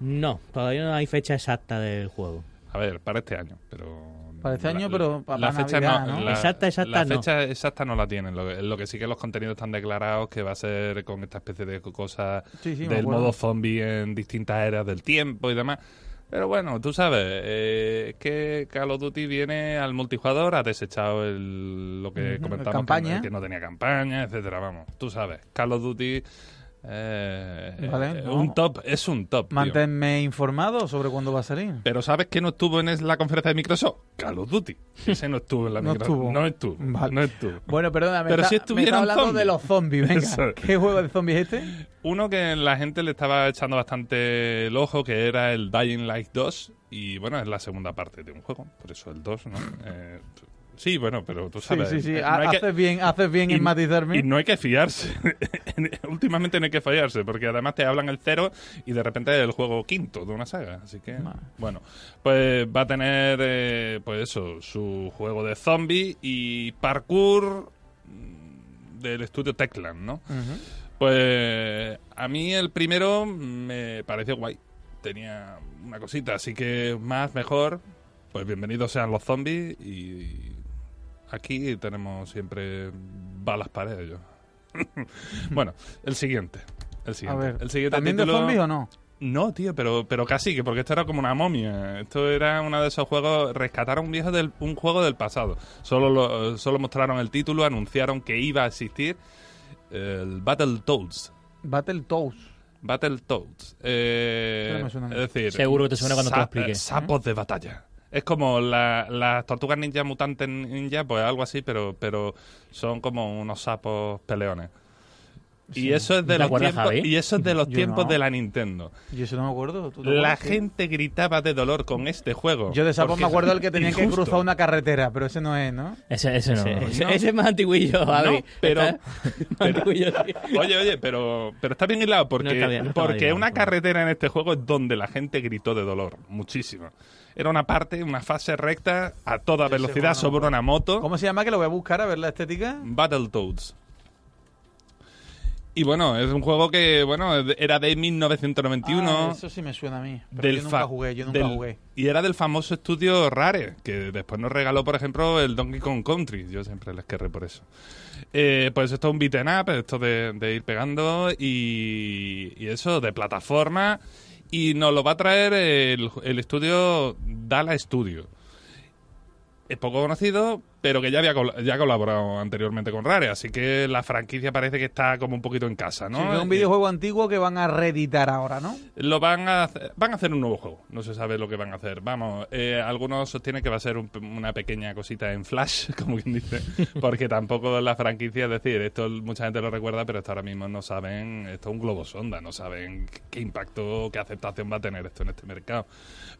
S3: No, todavía no hay fecha exacta del juego.
S2: A ver, para este año, pero...
S1: Para este año, pero pa-
S2: la
S1: para
S2: fecha
S1: Navidad, ¿no?
S2: La,
S3: Exacta,
S2: la
S3: exacta no.
S2: fecha exacta no la tienen. Lo que, lo que sí que los contenidos están declarados que va a ser con esta especie de co- cosa
S1: Sí, sí, me
S2: del
S1: acuerdo.
S2: modo zombie en distintas eras del tiempo y demás. Pero bueno, tú sabes, eh, es que Call of Duty viene al multijugador, ha desechado el, lo que
S1: Ujú,
S2: comentamos,
S1: campaña.
S2: Que, que no tenía campaña, etcétera, vamos. Tú sabes, Call of Duty eh,
S1: Vale,
S2: eh,
S1: no.
S2: un top, es un top. tío.
S1: Manténme informado sobre cuándo va a salir.
S2: Pero ¿sabes qué no estuvo en es- la conferencia de Microsoft? Call of Duty. Ese no estuvo en la
S1: No
S2: Microsoft.
S1: estuvo.
S2: No estuvo.
S1: Vale.
S2: No estuvo.
S1: Bueno, perdona, me
S2: Pero
S1: está,
S2: si
S1: me está
S2: estuvieran
S1: hablando
S2: zombies.
S1: de los zombies, venga.
S2: Eso.
S1: ¿Qué juego de zombies es este?
S2: Uno que la gente le estaba echando bastante el ojo, que era el Dying Light 2. Y bueno, es la segunda parte de un juego. Por eso el 2, ¿no? Eh, sí, bueno, pero tú
S1: Sí,
S2: sabes.
S1: sí, sí.
S2: eh, no
S1: ha-
S2: hay que-
S1: haces, bien, haces bien en matizarme.
S2: y no hay que fiarse. Últimamente no hay que fallarse, porque además te hablan el cero y de repente el juego quinto de una saga. Así que,
S1: Vale.
S2: bueno, pues va a tener, eh, pues eso, su juego de zombie y parkour mm, del estudio Techland, ¿no?
S1: Ujú.
S2: Pues a mí el primero me pareció guay. Tenía una cosita, así que más, mejor. Pues bienvenidos sean los zombies y aquí tenemos siempre balas para ellos. bueno, el siguiente. El
S1: A
S2: siguiente.
S1: ver,
S2: el siguiente
S1: ¿también
S2: título-
S1: de zombies o no?
S2: No, tío, pero, pero casi, que porque esto era como una momia. Esto era uno de esos juegos, rescatar a un viejo del, un juego del pasado. Solo, lo- solo mostraron el título, anunciaron que iba a existir el Battletoads.
S1: Battletoads.
S2: Battletoads. Eh,
S1: Pero me suena a mí.
S2: es decir,
S4: Seguro que te suena cuando te lo
S2: sa-
S4: explique.
S2: eh, Sapos de batalla. Es como la- las tortugas ninja mutantes ninja, pues algo así, pero, pero son como unos sapos peleones. Y eso es de
S4: ¿Te
S2: los
S4: acuerdas,
S2: tiempos,
S4: Javi?
S2: y eso es de los
S1: Yo
S2: tiempos
S1: no.
S2: de la Nintendo.
S1: Yo eso no me acuerdo. ¿tú te
S2: La
S1: acuerdas?
S2: gente gritaba de dolor con este juego.
S1: Yo de Sapos
S2: Porque
S1: me acuerdo el que
S2: es
S1: tenía que
S2: injusto.
S1: cruzar una carretera, pero ese no es, ¿no?
S4: Ese, ese no.
S3: Ese, ese-
S2: no.
S3: ese es más antiguillo, Javi.
S2: pero-
S3: Está- más antiguillo, sí.
S2: Oye, oye, pero, pero está bien hilado porque,
S3: No está bien, no está mal
S2: porque
S3: hilado,
S2: una
S3: está mal.
S2: carretera en este juego es donde la gente gritó de dolor, muchísimo. Era una parte, una fase recta a toda
S1: Yo sé,
S2: velocidad
S1: bueno,
S2: sobre una moto.
S1: ¿Cómo se llama? Que lo voy a buscar a ver la estética.
S2: Battletoads. Y bueno, es un juego que, bueno, era de 1991.
S1: Ah, eso sí me suena a mí. Pero
S2: del
S1: yo nunca
S2: fa-
S1: jugué, yo nunca
S2: del-
S1: jugué.
S2: Y era del famoso estudio Rare, que después nos regaló, por ejemplo, el Donkey Kong Country. Yo siempre les querré por eso. Eh, pues esto es un beat'em up, esto de, de ir pegando y, y eso, de plataforma. Y nos lo va a traer el, el estudio Dala Studio. Es poco conocido, pero que ya había col- ya ha colaborado anteriormente con Rare, así que la franquicia parece que está como un poquito en casa, ¿no?
S1: Sí, que es un
S2: Eh,
S1: videojuego antiguo que van a reeditar ahora, ¿no?
S2: lo van a hacer, van a hacer un nuevo juego. No se sabe lo que van a hacer. Vamos, eh, algunos sostienen que va a ser un pe- una pequeña cosita en Flash, como quien dice, porque tampoco la franquicia, es decir, esto mucha gente lo recuerda, pero hasta ahora mismo no saben, esto es un globo sonda, no saben qué impacto, qué aceptación va a tener esto en este mercado.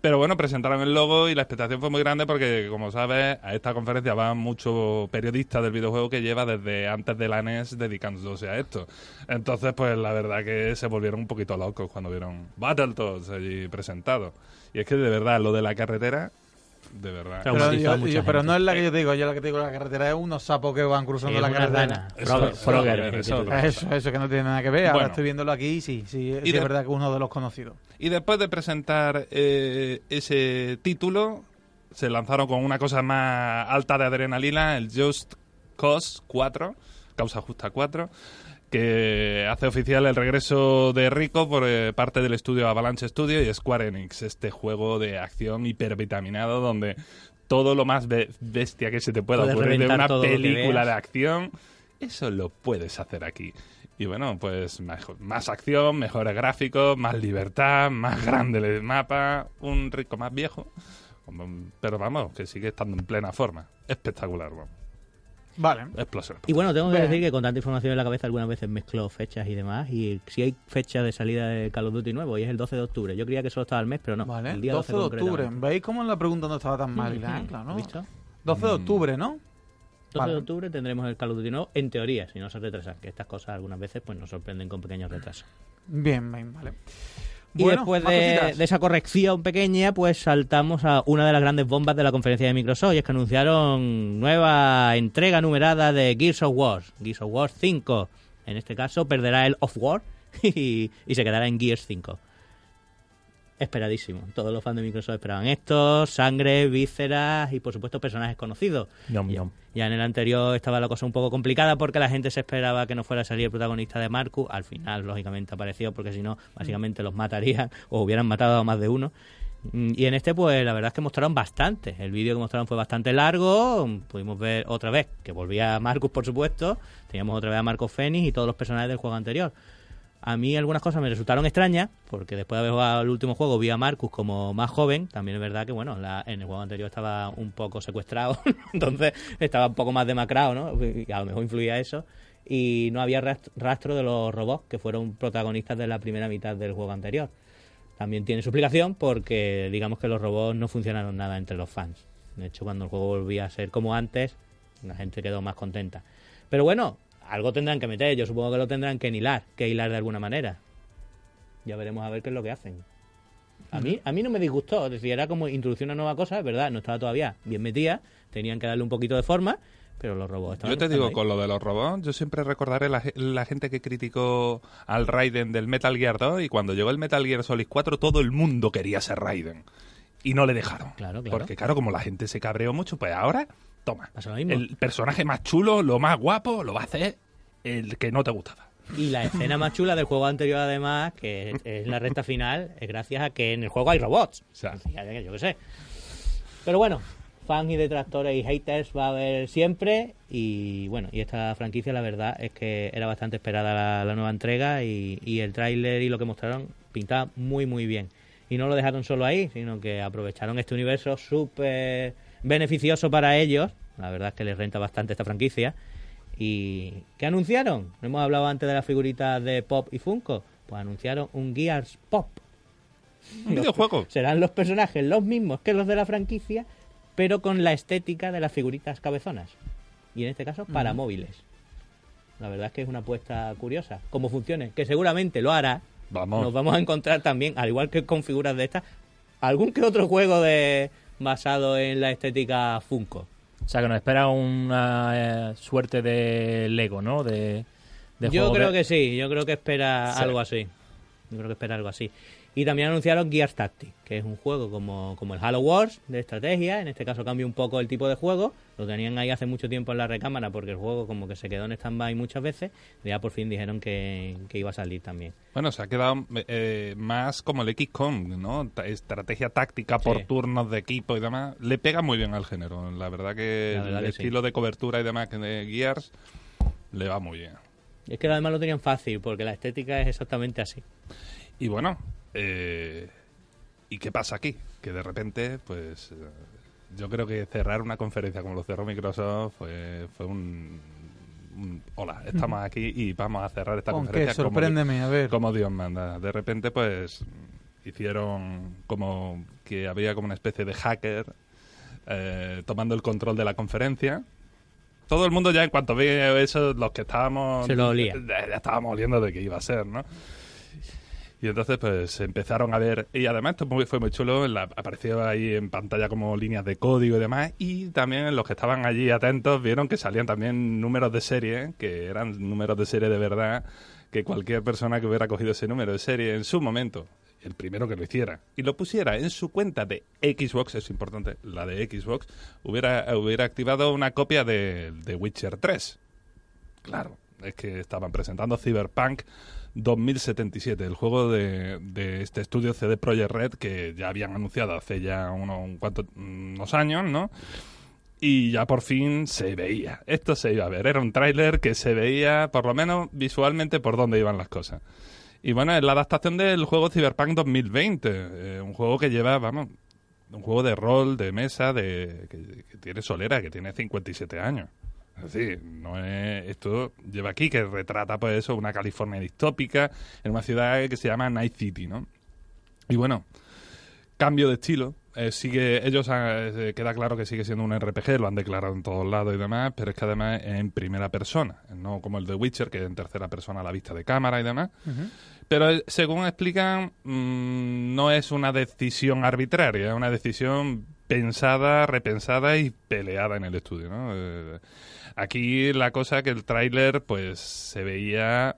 S2: Pero bueno, presentaron el logo y la expectación fue muy grande porque, como sabes, a esta conferencia van muchos periodistas del videojuego que lleva desde antes de la NES dedicándose a esto. Entonces, pues la verdad que se volvieron un poquito locos cuando vieron Battletoads allí presentado. Y es que de verdad, lo de la carretera, de verdad.
S4: Claro.
S1: Pero,
S4: bautizó
S1: yo-
S4: a mucha
S1: yo- pero
S4: gente.
S1: no es la que yo te digo, yo la que te digo la carretera es unos sapos que van cruzando
S4: Sí,
S1: la
S4: una
S1: carretera.
S4: rana.
S2: Eso-
S4: Frogger,
S2: eso-
S4: Frogger,
S2: eso-
S4: que titula.
S1: Eso, eso que no tiene nada que ver. Ahora
S2: Bueno.
S1: estoy viéndolo aquí y sí, sí, sí
S2: de-
S1: es verdad que es uno de los conocidos.
S2: Y después de presentar eh, ese título, se lanzaron con una cosa más alta de adrenalina, el Just Cause 4, Causa Justa 4, que hace oficial el regreso de Rico por eh, parte del estudio Avalanche Studio y Square Enix, este juego de acción hipervitaminado donde todo lo más be- bestia que se te pueda
S3: Puedes
S2: ocurrir de
S3: reventar
S2: una
S3: todo lo que
S2: película
S3: veas.
S2: de acción, eso lo puedes hacer aquí. Y bueno, pues mejo- más acción, mejores gráficos, más libertad, más grande el mapa, un rico más viejo. Como- Pero vamos, que sigue estando en plena forma. Espectacular, vamos.
S1: Vale.
S2: Explosión.
S3: Y bueno, tengo que
S1: Bien.
S3: decir que con tanta información en la cabeza algunas veces mezclo fechas y demás. Y si hay fecha de salida de Call of Duty nuevo y es el 12 de octubre. Yo creía que solo estaba el mes, pero no.
S1: vale.
S3: El día
S1: 12 de octubre.
S3: concretamente.
S1: ¿Veis cómo la pregunta no estaba tan mal? hilada,
S3: Ujú,
S1: Claro,
S3: ¿Visto?
S1: 12 de
S2: Mm.
S1: octubre, ¿no?
S3: 12
S1: Vale.
S3: de octubre tendremos el Call of Duty nuevo, en teoría, si no se retrasan. Que estas cosas algunas veces pues nos sorprenden con pequeños retrasos.
S1: Bien, bien, vale.
S3: Y
S1: Bueno,
S3: después
S1: más
S3: de,
S1: cositas.
S3: de esa corrección pequeña, pues saltamos a una de las grandes bombas de la conferencia de Microsoft, y es que anunciaron nueva entrega numerada de Gears of War, Gears of War 5. En este caso perderá el Of War y, y se quedará en Gears 5. Esperadísimo. Todos los fans de Microsoft esperaban esto, sangre, vísceras y por supuesto personajes conocidos.
S4: Ñom,
S3: Ya-
S4: ñom.
S3: Ya en el anterior estaba la cosa un poco complicada porque la gente se esperaba que no fuera a salir el protagonista de Marcus. Al final, lógicamente, apareció porque si no, básicamente los matarían o hubieran matado a más de uno. Mm, Y en este, pues la verdad es que mostraron bastante. El vídeo que mostraron fue bastante largo. Pudimos ver otra vez que volvía Marcus, por supuesto. Teníamos otra vez a Marcos Fenix y todos los personajes del juego anterior. A mí algunas cosas me resultaron extrañas, porque después de haber jugado el último juego vi a Marcus como más joven. También es verdad que, bueno, la- en el juego anterior estaba un poco secuestrado, entonces estaba un poco más demacrado, ¿no? Y a lo mejor influía eso. Y no había rast- rastro de los robots que fueron protagonistas de la primera mitad del juego anterior. También tiene su explicación porque digamos que los robots no funcionaron nada entre los fans. De hecho, cuando el juego volvía a ser como antes, la gente quedó más contenta. Pero bueno, algo tendrán que meter. Yo supongo que lo tendrán que hilar, que hilar de alguna manera. Ya veremos a ver qué es lo que hacen. A mí, a mí no me disgustó. Es decir, era como introducir una nueva cosa, es verdad, no estaba todavía bien metida. Tenían que darle un poquito de forma, pero los robots estaban.
S2: Yo te
S3: estando
S2: digo,
S3: ahí.
S2: con lo de los robots, yo siempre recordaré la, ge- la gente que criticó al Raiden del Metal Gear 2 y cuando llegó el Metal Gear Solid 4 todo el mundo quería ser Raiden y no le dejaron.
S3: Claro, claro.
S2: Porque claro, como la gente se cabreó mucho, pues ahora, toma,
S3: Pasa lo mismo.
S2: el personaje más chulo, lo más guapo, lo va a hacer el que no te gustaba.
S3: Y la escena más chula del juego anterior, además, que es- es la recta final, es gracias a que en el juego hay robots.
S2: O sea,
S3: Ya, ya, Yo qué sé. Pero bueno, fans y detractores y haters va a haber siempre. Y bueno, y esta franquicia, la verdad, es que era bastante esperada la, la nueva entrega. Y, y el tráiler y lo que mostraron pintaba muy, muy bien. Y no lo dejaron solo ahí, sino que aprovecharon este universo súper beneficioso para ellos. La verdad es que les renta bastante esta franquicia. ¿Y qué anunciaron? No hemos hablado antes de las figuritas de Pop y Funko. Pues anunciaron un Gears Pop.
S2: Un videojuego.
S3: Serán los personajes los mismos que los de la franquicia, pero con la estética de las figuritas cabezonas. Y en este caso, para móviles. La verdad es que es una apuesta curiosa. Cómo funcione, que seguramente lo hará.
S2: Vamos.
S3: Nos vamos a encontrar también, al igual que con figuras de estas, algún que otro juego de basado en la estética Funko.
S4: O sea, que nos espera una eh, suerte de Lego, ¿no? De, de
S3: yo
S4: juego
S3: creo
S4: de-
S3: que sí, yo creo que espera
S4: Sí.
S3: algo así. Yo creo que espera algo así. Y también anunciaron Gears Tactics, que es un juego como, como el Halo Wars de estrategia. En este caso cambia un poco el tipo de juego. Lo tenían ahí hace mucho tiempo en la recámara porque el juego como que se quedó en stand-by muchas veces. Ya por fin dijeron que, que iba a salir también.
S2: Bueno, se ha quedado eh, más como el XCOM, ¿no? Ta- Estrategia táctica por
S3: Sí.
S2: turnos de equipo y demás. Le pega muy bien al género. La verdad que
S3: La verdad
S2: el
S3: que sí.
S2: estilo de cobertura y demás que de Gears le va muy bien.
S3: Y es que además lo tenían fácil porque la estética es exactamente así.
S2: Y bueno, eh, ¿y qué pasa aquí? Que de repente, pues eh, yo creo que cerrar una conferencia como lo cerró Microsoft fue, fue un, un, Hola, estamos aquí y vamos a cerrar esta
S1: Con que
S2: conferencia. como-
S1: sorpréndeme, a ver.
S2: Pues, como Dios manda. De repente, pues hicieron como que había como una especie de hacker eh, tomando el control de la conferencia. Todo el mundo ya en cuanto ve eso, los que estábamos...
S3: Se lo olía.
S2: Ya, ya estábamos oliendo de que iba a ser, ¿no? Y entonces pues empezaron a ver, y además esto muy- fue muy chulo, en la- apareció ahí en pantalla como líneas de código y demás, y también los que estaban allí atentos vieron que salían también números de serie, que eran números de serie de verdad, que cualquier persona que hubiera cogido ese número de serie en su momento, el primero que lo hiciera, y lo pusiera en su cuenta de Xbox, es importante, la de Xbox, hubiera, hubiera activado una copia de, de Witcher 3. Claro, es que estaban presentando Cyberpunk 2077, el juego de, de este estudio CD Projekt Red que ya habían anunciado hace ya uno- un cuanto- unos años, ¿no? Y ya por fin se veía. Esto se iba a ver. Era un tráiler que se veía, por lo menos visualmente, por dónde iban las cosas. Y bueno, es la adaptación del juego Cyberpunk 2020. eh, un juego que lleva, vamos, un juego de rol, de mesa, de que, que tiene solera, que tiene 57 años. Es decir, no es, esto lleva aquí que retrata pues eso, una California distópica en una ciudad que se llama Night City, ¿no? Y bueno, cambio de estilo. Eh, sigue, ellos han- eh, queda claro que sigue siendo un RPG, lo han declarado en todos lados y demás, pero es que además es en primera persona, no como el de Witcher, que es en tercera persona a la vista de cámara y demás. Pero eh, según explican, mm, no es una decisión arbitraria, es una decisión pensada, repensada y peleada en el estudio. ¿no? Eh, aquí la cosa que el tráiler pues se veía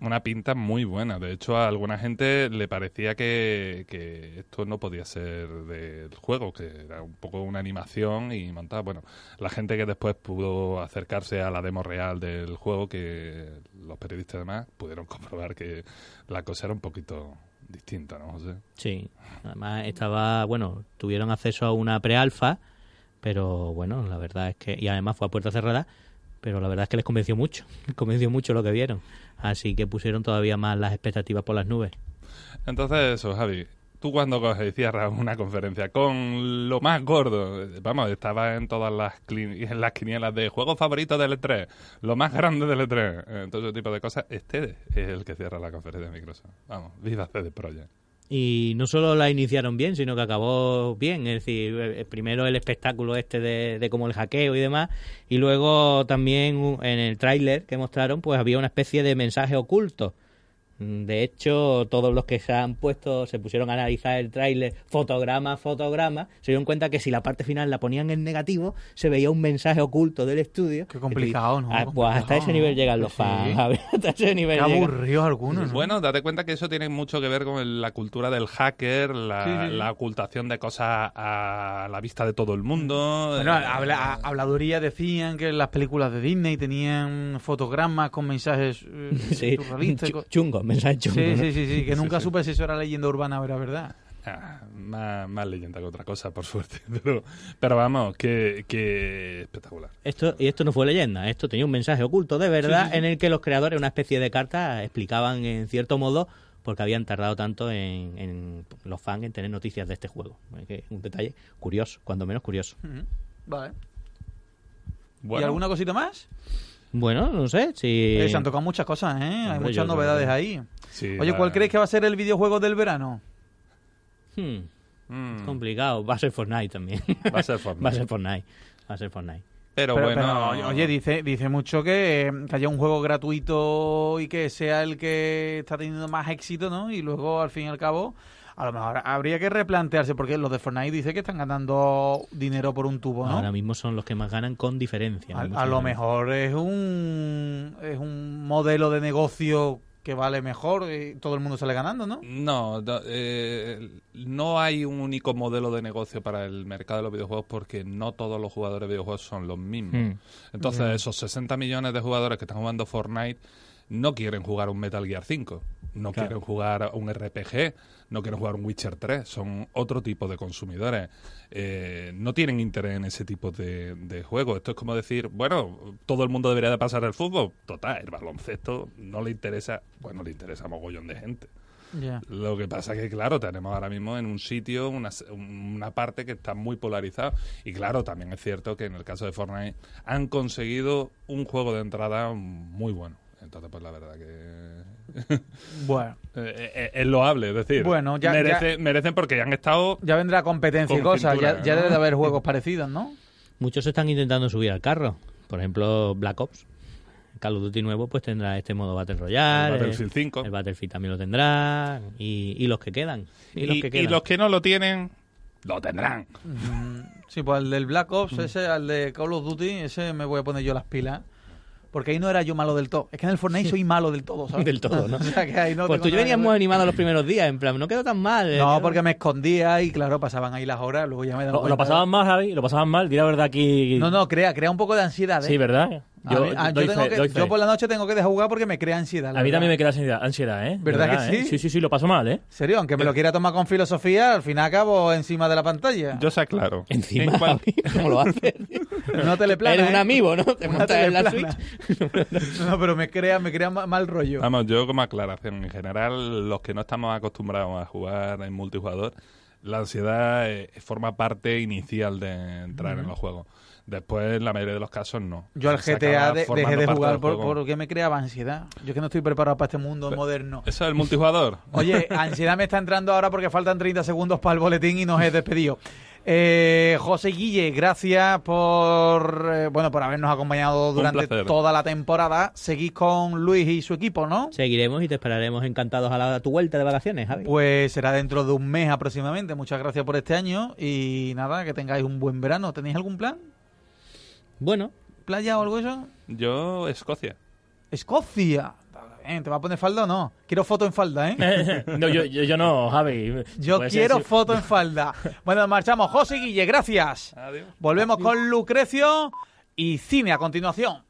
S2: una pinta muy buena. De hecho, a alguna gente le parecía que, que esto no podía ser del juego, que era un poco una animación y montada. Bueno, la gente que después pudo acercarse a la demo real del juego, que los periodistas además pudieron comprobar que la cosa era un poquito distinta, ¿no, José?
S3: Sí, además estaba, bueno, tuvieron acceso a una prealfa, pero bueno, la verdad es que, y además fue a puerta cerrada, pero la verdad es que les convenció mucho, les convenció mucho lo que vieron, así que pusieron todavía más las expectativas por las nubes.
S2: Entonces, eso, Javi. Tú cuando coges y cierras una conferencia con lo más gordo, eh, vamos, estaba en todas las, cli- en las quinielas de juegos favoritos del E3, lo más grande del E3, eh, todo ese tipo de cosas, este es el que cierra la conferencia de Microsoft. Vamos, viva CD Projekt.
S3: Y no solo la iniciaron bien, sino que acabó bien. Es decir, eh, primero el espectáculo este de, de como el hackeo y demás. Y luego también u- en el tráiler que mostraron, pues había una especie de mensaje oculto. Mm, De hecho, todos los que se han puesto, se pusieron a analizar el tráiler fotograma a fotograma, se dieron cuenta que si la parte final la ponían en negativo, se veía un mensaje oculto del estudio.
S1: Qué complicado, ¿no?
S3: Ah, pues hasta
S1: Complicado,
S3: ese nivel
S1: ¿no?
S3: llegan los
S1: Sí.
S3: fans. a ver, hasta ese nivel
S1: Qué
S3: llegan.
S1: aburridos algunos, ¿no?
S2: Bueno, date cuenta que eso tiene mucho que ver con el- la cultura del hacker, la,
S1: Sí, sí, sí.
S2: la ocultación de cosas a la vista de todo el mundo.
S1: Bueno,
S2: eh,
S1: habla- a- habladurías decían que las películas de Disney tenían fotogramas con mensajes eh,
S3: Sí,
S1: surrealistas. y
S3: chu-
S1: co-
S3: chungo, mensaje chungo.
S1: Sí,
S3: ¿no?
S1: sí, sí, sí, que nunca
S2: sí.
S1: supe si eso era leyenda urbana o era verdad.
S2: Ah, más, más leyenda que otra cosa, por suerte. Pero, pero vamos, que, que espectacular.
S3: Esto, y esto no fue leyenda, esto tenía un mensaje oculto de verdad en el que los creadores, una especie de carta, explicaban en cierto modo porque habían tardado tanto en, en los fans en tener noticias de este juego. Es que es Un detalle curioso, cuando menos curioso.
S1: Ujú. Vale. ¿Y
S2: Bueno,
S1: alguna cosita más?
S3: Bueno, no sé, si...
S1: Eh, se han tocado muchas cosas, ¿eh? Hay
S3: Hombre,
S1: muchas
S3: yo creo
S1: novedades
S3: que-
S1: ahí.
S2: Sí,
S1: Oye,
S2: la-
S1: ¿cuál crees que va a ser el videojuego del verano?
S3: Hmm,
S2: Mm,
S3: complicado. Va a ser Fortnite también.
S2: va a ser Fortnite.
S3: Va a ser Fortnite. Va a ser Fortnite.
S2: Pero,
S1: Pero-
S2: bueno.
S1: pero, oye, dice, dice mucho que, eh, que haya un juego gratuito y que sea el que está teniendo más éxito, ¿no? Y luego, al fin y al cabo, a lo mejor habría que replantearse, porque los de Fortnite dice que están ganando dinero por un tubo, ¿no?
S3: Ahora mismo son los que más ganan con diferencia.
S1: A,
S3: Mucho
S1: a lo
S3: más.
S1: mejor es un, es un modelo de negocio que vale mejor y todo el mundo sale ganando, ¿no?
S2: No, da- eh, no hay un único modelo de negocio para el mercado de los videojuegos porque no todos los jugadores de videojuegos son los mismos.
S4: Mm.
S2: Entonces, esos 60 millones de jugadores que están jugando Fortnite no quieren jugar un Metal Gear 5, no
S4: Claro.
S2: quieren jugar a un RPG, no quieren jugar un Witcher 3, son otro tipo de consumidores. Eh, no tienen interés en ese tipo de, de juegos. Esto es como decir, bueno, todo el mundo debería de pasar el fútbol. Total, el baloncesto no le interesa, bueno, le interesa a mogollón de gente.
S1: Ya.
S2: Lo que pasa que, claro, tenemos ahora mismo en un sitio una, s- una parte que está muy polarizada. Y claro, también es cierto que en el caso de Fortnite han conseguido un juego de entrada muy bueno. Entonces, pues la verdad que eh,
S1: Bueno,
S2: eh, es loable, es decir,
S1: Bueno, ya-
S2: merece- merecen porque han estado...
S1: ya vendrá competencia y
S2: Con
S1: cosas, ya,
S2: pintura,
S1: ya
S2: ¿no?
S1: debe de haber juegos parecidos, ¿no?
S3: Muchos están intentando subir al carro. Por ejemplo, Black Ops. Call of Duty nuevo pues tendrá este modo Battle Royale.
S2: El Battlefield 5.
S3: El Battlefield también lo tendrá. Y, y los que quedan. Y, los que quedan.
S2: no lo tienen, lo tendrán.
S1: Mm, Sí, pues el del Black Ops, ese, al de Call of Duty, ese me voy a poner yo las pilas. Porque ahí no era yo malo del todo. Es que en el Fortnite soy malo del todo, ¿sabes?
S3: Del todo, ¿no?
S1: O sea, que ahí no
S3: pues
S1: tengo
S3: tú y
S1: nada que
S3: yo veníamos
S1: ver.
S3: animados los primeros días. En plan, no quedó tan mal. eh,
S1: No,
S3: quedó-
S1: porque me escondía y claro, pasaban ahí las horas, luego ya me daba
S4: Lo, lo pasaban mal, Javi, lo pasaban mal. Di la verdad aquí.
S1: No, no, crea, crea un poco de ansiedad, ¿eh?
S4: Sí, ¿verdad?
S1: A mí- ah, yo,
S4: doy
S1: tengo
S4: fe,
S1: que-
S4: doy
S1: yo
S4: fe.
S1: por la noche tengo que dejar jugar porque me crea ansiedad. la
S4: A mí
S1: verdad.
S4: también me queda ansiedad, ansiedad ¿eh? De
S1: ¿Verdad que
S4: ¿eh?
S1: sí?
S4: Sí, sí, sí, lo paso mal, ¿eh?
S1: ¿En serio? Aunque me lo quiera tomar con filosofía, al fin y al cabo encima de la pantalla.
S2: Yo sé claro.
S3: Encima, ¿cómo lo haces?
S1: No teleplana,
S3: Eres un
S1: ¿eh?
S3: amigo, ¿no? Te
S1: Una
S3: montas en la
S1: teleplana.
S3: Switch.
S1: No, pero me crea, me crea ma- mal rollo.
S2: Vamos, yo como aclaración, en general, los que no estamos acostumbrados a jugar en multijugador, la ansiedad eh, forma parte inicial de entrar en los juegos. Después, en la mayoría de los casos, no.
S1: Yo al
S2: Se
S1: GTA
S2: acaba
S1: de-
S2: formando
S1: dejé de
S2: parte
S1: jugar
S2: del
S1: por,
S2: juego.
S1: porque me creaba ansiedad. Yo que no estoy preparado para este mundo moderno.
S2: ¿Eso es el multijugador?
S1: Oye, ansiedad me está entrando ahora porque faltan 30 segundos para el boletín y nos he despedido. Eh, José Guille, gracias por eh, bueno por habernos acompañado durante
S2: placer.
S1: toda la temporada. Seguís con Luis y su equipo, ¿no?
S3: Seguiremos y te esperaremos encantados a, la, a tu vuelta de vacaciones, Javi.
S1: Pues será dentro de un mes aproximadamente. Muchas gracias por este año y nada, que tengáis un buen verano. ¿Tenéis algún plan?
S3: Bueno,
S1: ¿Playa o algo de eso?
S2: Yo, Escocia.
S1: Escocia. Eh, ¿Te va a poner falda o no? Quiero foto en falda, ¿eh?
S4: no, yo, yo, yo no, Javi.
S1: Yo
S4: Puede ser,
S1: quiero
S4: sí.
S1: foto en falda. Bueno, marchamos. José Guille, gracias.
S2: Adiós.
S1: Volvemos con Lucrecio y cine a continuación.